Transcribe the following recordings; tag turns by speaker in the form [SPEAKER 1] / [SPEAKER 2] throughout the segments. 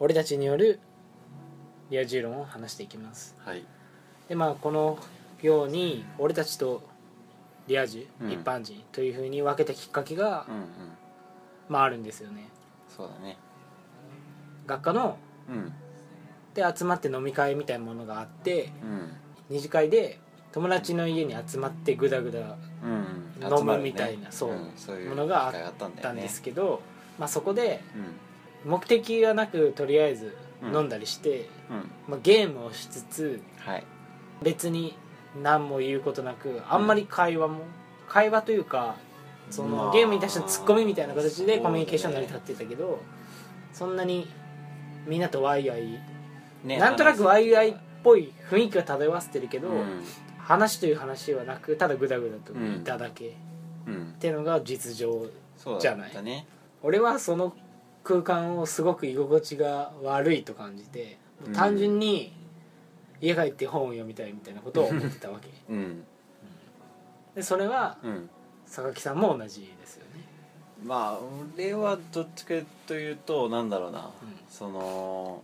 [SPEAKER 1] 俺たちによるリア充論を話していきます
[SPEAKER 2] はい
[SPEAKER 1] でまあこのように俺たちとリア充、
[SPEAKER 2] うん
[SPEAKER 1] 一般人というふうに分けたきっかけが、
[SPEAKER 2] うんうん
[SPEAKER 1] まああるんですよね
[SPEAKER 2] そうだね
[SPEAKER 1] 学科の
[SPEAKER 2] うん
[SPEAKER 1] で集まって飲み会みたいなものがあって
[SPEAKER 2] うん
[SPEAKER 1] 二次会で友達の家に集まってグダグダ
[SPEAKER 2] うん
[SPEAKER 1] 飲む
[SPEAKER 2] 集まるね
[SPEAKER 1] みたいなそう
[SPEAKER 2] そういう
[SPEAKER 1] ものがあっ
[SPEAKER 2] 機会ったんだ
[SPEAKER 1] な
[SPEAKER 2] よ
[SPEAKER 1] ん
[SPEAKER 2] ね
[SPEAKER 1] ですけど、まあ、そこで
[SPEAKER 2] う
[SPEAKER 1] 目的がなくとりあえず
[SPEAKER 2] うん
[SPEAKER 1] 飲んだりして、
[SPEAKER 2] んうん
[SPEAKER 1] まあ、ゲームをしつつ
[SPEAKER 2] はい
[SPEAKER 1] 別に何も言うことなくあんまり会話も、会話というかその、
[SPEAKER 2] まあ
[SPEAKER 1] ゲームに対してのツッコミみたいな形
[SPEAKER 2] そうだ
[SPEAKER 1] で
[SPEAKER 2] ね
[SPEAKER 1] コミュニケーション成り立ってたけどそ,、んなにみんなとワイワイ、
[SPEAKER 2] ね
[SPEAKER 1] なんとなくワイワイっぽい雰囲気は漂わせてるけど、
[SPEAKER 2] うん
[SPEAKER 1] 話という話はなくただグダグダと
[SPEAKER 2] うん
[SPEAKER 1] いただけ、っ
[SPEAKER 2] うん
[SPEAKER 1] ていうのが実情
[SPEAKER 2] そう
[SPEAKER 1] じ
[SPEAKER 2] だ
[SPEAKER 1] ゃな
[SPEAKER 2] っ
[SPEAKER 1] い
[SPEAKER 2] たね
[SPEAKER 1] 俺はその空間をすごく居心地が悪いと感じて
[SPEAKER 2] うん
[SPEAKER 1] 単純に家帰って本を読みたいみたいなことを思ってた わけ
[SPEAKER 2] うん
[SPEAKER 1] でそれは
[SPEAKER 2] うん
[SPEAKER 1] 榊さんも同じですよね
[SPEAKER 2] まあ俺はどっちかというとなんだろうな、
[SPEAKER 1] ん
[SPEAKER 2] その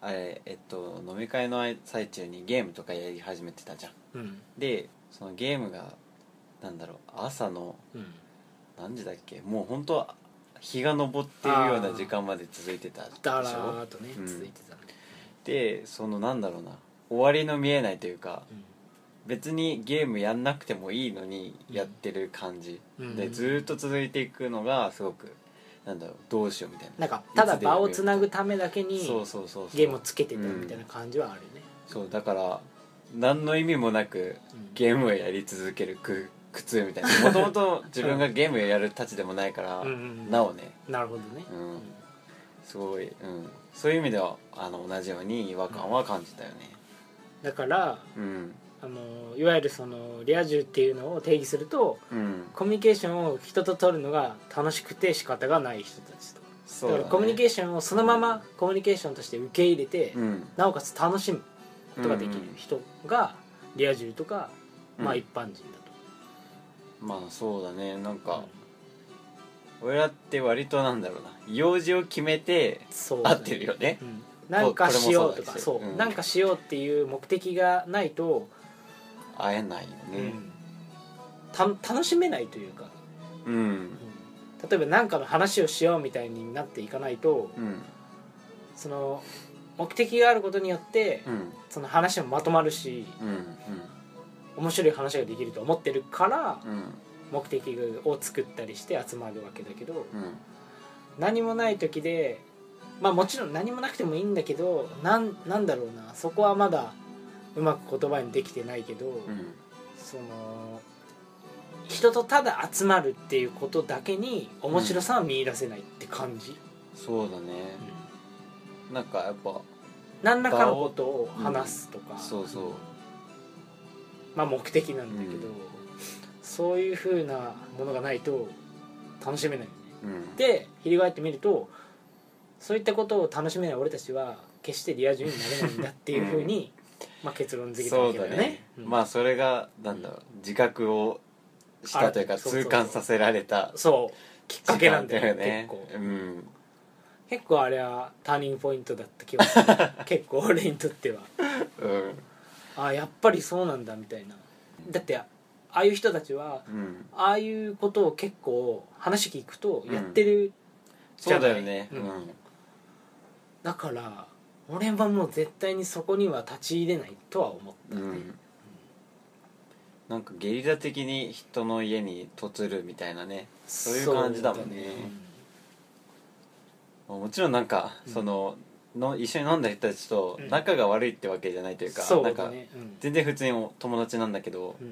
[SPEAKER 2] あれえっと飲み会の最中にゲームとかやり始めてたじゃん
[SPEAKER 1] うん
[SPEAKER 2] でそのゲームがなんだろう朝の
[SPEAKER 1] うん
[SPEAKER 2] 何時だっけもう本当は日が昇っているような時間まで続いてたでし
[SPEAKER 1] だら
[SPEAKER 2] ょ
[SPEAKER 1] ーっとね
[SPEAKER 2] うん
[SPEAKER 1] 続いてたので
[SPEAKER 2] でそのなんだろうな終わりの見えないというか
[SPEAKER 1] う
[SPEAKER 2] 別にゲームやんなくてもいいのにやってる感じ、
[SPEAKER 1] うん
[SPEAKER 2] で
[SPEAKER 1] うん
[SPEAKER 2] ずーっと続いていくのがすごくなんだろうどうしようみたい
[SPEAKER 1] んな
[SPEAKER 2] な
[SPEAKER 1] んかただ場をつなぐためだけに
[SPEAKER 2] そうそうそうそう
[SPEAKER 1] ゲームをつけてたみたいな感じはあるよね
[SPEAKER 2] そうだから何の意味もなく
[SPEAKER 1] うん
[SPEAKER 2] ゲームをやり続ける苦苦痛みたいなもともと自分がゲームをやるたちでもないから、
[SPEAKER 1] うんうん
[SPEAKER 2] なおね
[SPEAKER 1] なるほどね
[SPEAKER 2] うんすごい、うん、そういう意味ではあの同じように違和感は感じたよね
[SPEAKER 1] だから
[SPEAKER 2] うん
[SPEAKER 1] あのいわゆるそのリア充っていうのを定義すると
[SPEAKER 2] うん
[SPEAKER 1] コミュニケーションを人と取るのが楽しくて仕方がない人たちと
[SPEAKER 2] そ
[SPEAKER 1] だ
[SPEAKER 2] うだ
[SPEAKER 1] か
[SPEAKER 2] ね
[SPEAKER 1] らコミュニケーションをそのままコミュニケーションとして受け入れて、
[SPEAKER 2] うん
[SPEAKER 1] なおかつ楽しむことができる
[SPEAKER 2] うんうん
[SPEAKER 1] 人がリア充とか、まあ
[SPEAKER 2] うん
[SPEAKER 1] 一般人だ
[SPEAKER 2] まあそうだねなん
[SPEAKER 1] と、
[SPEAKER 2] か、俺らって割となんだろうな用事を決めて
[SPEAKER 1] そうだ
[SPEAKER 2] 合
[SPEAKER 1] ね
[SPEAKER 2] ってるよね
[SPEAKER 1] うんなんかしようと
[SPEAKER 2] これもそうだ
[SPEAKER 1] か
[SPEAKER 2] し
[SPEAKER 1] そう、
[SPEAKER 2] うん
[SPEAKER 1] なんかしようっていう目的がないと、
[SPEAKER 2] 会えないよ
[SPEAKER 1] う
[SPEAKER 2] ね
[SPEAKER 1] んた楽しめないというか、
[SPEAKER 2] うんうん
[SPEAKER 1] うん例えば何かの話をしようみたいになっていかないと、
[SPEAKER 2] うん
[SPEAKER 1] その目的があることによって、
[SPEAKER 2] うん
[SPEAKER 1] その話もまとまるし
[SPEAKER 2] うん
[SPEAKER 1] 面白い話ができると思ってるから
[SPEAKER 2] うんうん
[SPEAKER 1] 目的を作ったりして集まるわけだけど
[SPEAKER 2] うん
[SPEAKER 1] 何もない時でまあもちろん何もなくてもいいんだけどなんなんだろうなそこはまだうまく言葉にできてないけど、
[SPEAKER 2] うん
[SPEAKER 1] その人とただ集まるっていうことだけに面白さは見出せないって感じ、
[SPEAKER 2] そうだねなんかやっぱ
[SPEAKER 1] 何らかのことを話すとか、
[SPEAKER 2] そうそう
[SPEAKER 1] まあ、目的なんだけど、
[SPEAKER 2] うん
[SPEAKER 1] そういうふうなものがないと楽しめない
[SPEAKER 2] うん
[SPEAKER 1] で翻ってみるとそういったことを楽しめない俺たちは決してリア充になれないんだっていうふうに、まあ、結論づけた
[SPEAKER 2] そ
[SPEAKER 1] わ
[SPEAKER 2] う
[SPEAKER 1] けだ
[SPEAKER 2] だ
[SPEAKER 1] よね
[SPEAKER 2] ね
[SPEAKER 1] うん
[SPEAKER 2] まあそれがなんだろう自覚をしたという
[SPEAKER 1] あ
[SPEAKER 2] か
[SPEAKER 1] そうそうそう
[SPEAKER 2] 痛感させられた
[SPEAKER 1] そうきっかけなんだよ
[SPEAKER 2] 時間
[SPEAKER 1] 結構
[SPEAKER 2] うん
[SPEAKER 1] 結構あれはターニングポイントだった気が する結構俺にとっては
[SPEAKER 2] うん
[SPEAKER 1] ああやっぱりそうなんだみたいなだってああいう人たちは
[SPEAKER 2] うん
[SPEAKER 1] ああいうことを結構話聞くとやってるじ
[SPEAKER 2] そ
[SPEAKER 1] ゃ
[SPEAKER 2] う
[SPEAKER 1] ない、
[SPEAKER 2] だよねう
[SPEAKER 1] うん
[SPEAKER 2] ん
[SPEAKER 1] だから俺はもう絶対にそこには立ち入れないとは思ったね、
[SPEAKER 2] うんなんかゲリラ的に人の家に嫁るみたいなねそういう感じだもんねもちろんなんか、
[SPEAKER 1] うん
[SPEAKER 2] そのの一緒に飲んだ人たちと
[SPEAKER 1] うん
[SPEAKER 2] 仲が悪いってわけじゃないというか、
[SPEAKER 1] そう
[SPEAKER 2] な
[SPEAKER 1] だね
[SPEAKER 2] んか
[SPEAKER 1] そうだね
[SPEAKER 2] 全然普通にお友達なんだけど
[SPEAKER 1] うん、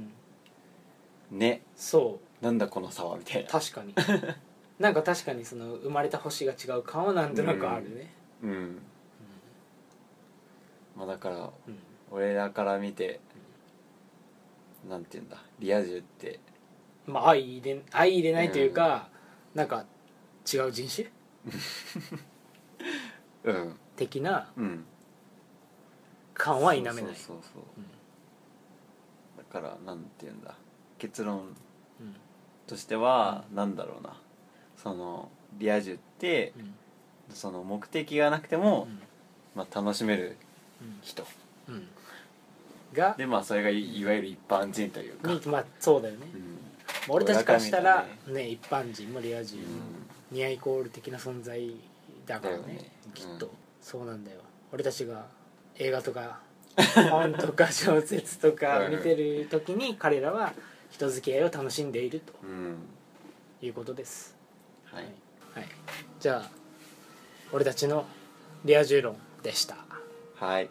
[SPEAKER 1] うん
[SPEAKER 2] ね
[SPEAKER 1] そ
[SPEAKER 2] なんだこの差はみたいうな
[SPEAKER 1] 確 かになんか確かにその生まれた星が違う感はなんとなくあるね、
[SPEAKER 2] うんまあだから
[SPEAKER 1] うん
[SPEAKER 2] 俺らから見てなんて言うんだリア充って
[SPEAKER 1] まあ相入れ相入れないというか、なんか違う人種
[SPEAKER 2] うん
[SPEAKER 1] 的な
[SPEAKER 2] うん
[SPEAKER 1] 感は否めない
[SPEAKER 2] そうそうそうそうだからなんて言うんだ結論
[SPEAKER 1] うん
[SPEAKER 2] としては、なんだろうなそのリア充って
[SPEAKER 1] うん
[SPEAKER 2] その目的がなくても、
[SPEAKER 1] うん
[SPEAKER 2] まあ、楽しめる
[SPEAKER 1] うん
[SPEAKER 2] 人
[SPEAKER 1] うんが
[SPEAKER 2] でまあそれがいいわゆる一般人というか、
[SPEAKER 1] にまあそうだよね
[SPEAKER 2] うん
[SPEAKER 1] 俺たちからしたら
[SPEAKER 2] 親方み
[SPEAKER 1] ね一般人もリア充もニアイコール的な存在だからね
[SPEAKER 2] だよね
[SPEAKER 1] きっ
[SPEAKER 2] う
[SPEAKER 1] と
[SPEAKER 2] ん
[SPEAKER 1] そうなんだよ俺たちが映画と か本とか小説とか見てる時に彼らは人付き合いを楽しんでいると
[SPEAKER 2] うん、うん
[SPEAKER 1] いうことです
[SPEAKER 2] はい
[SPEAKER 1] はい、じゃあ俺たちのリア充論でした
[SPEAKER 2] はい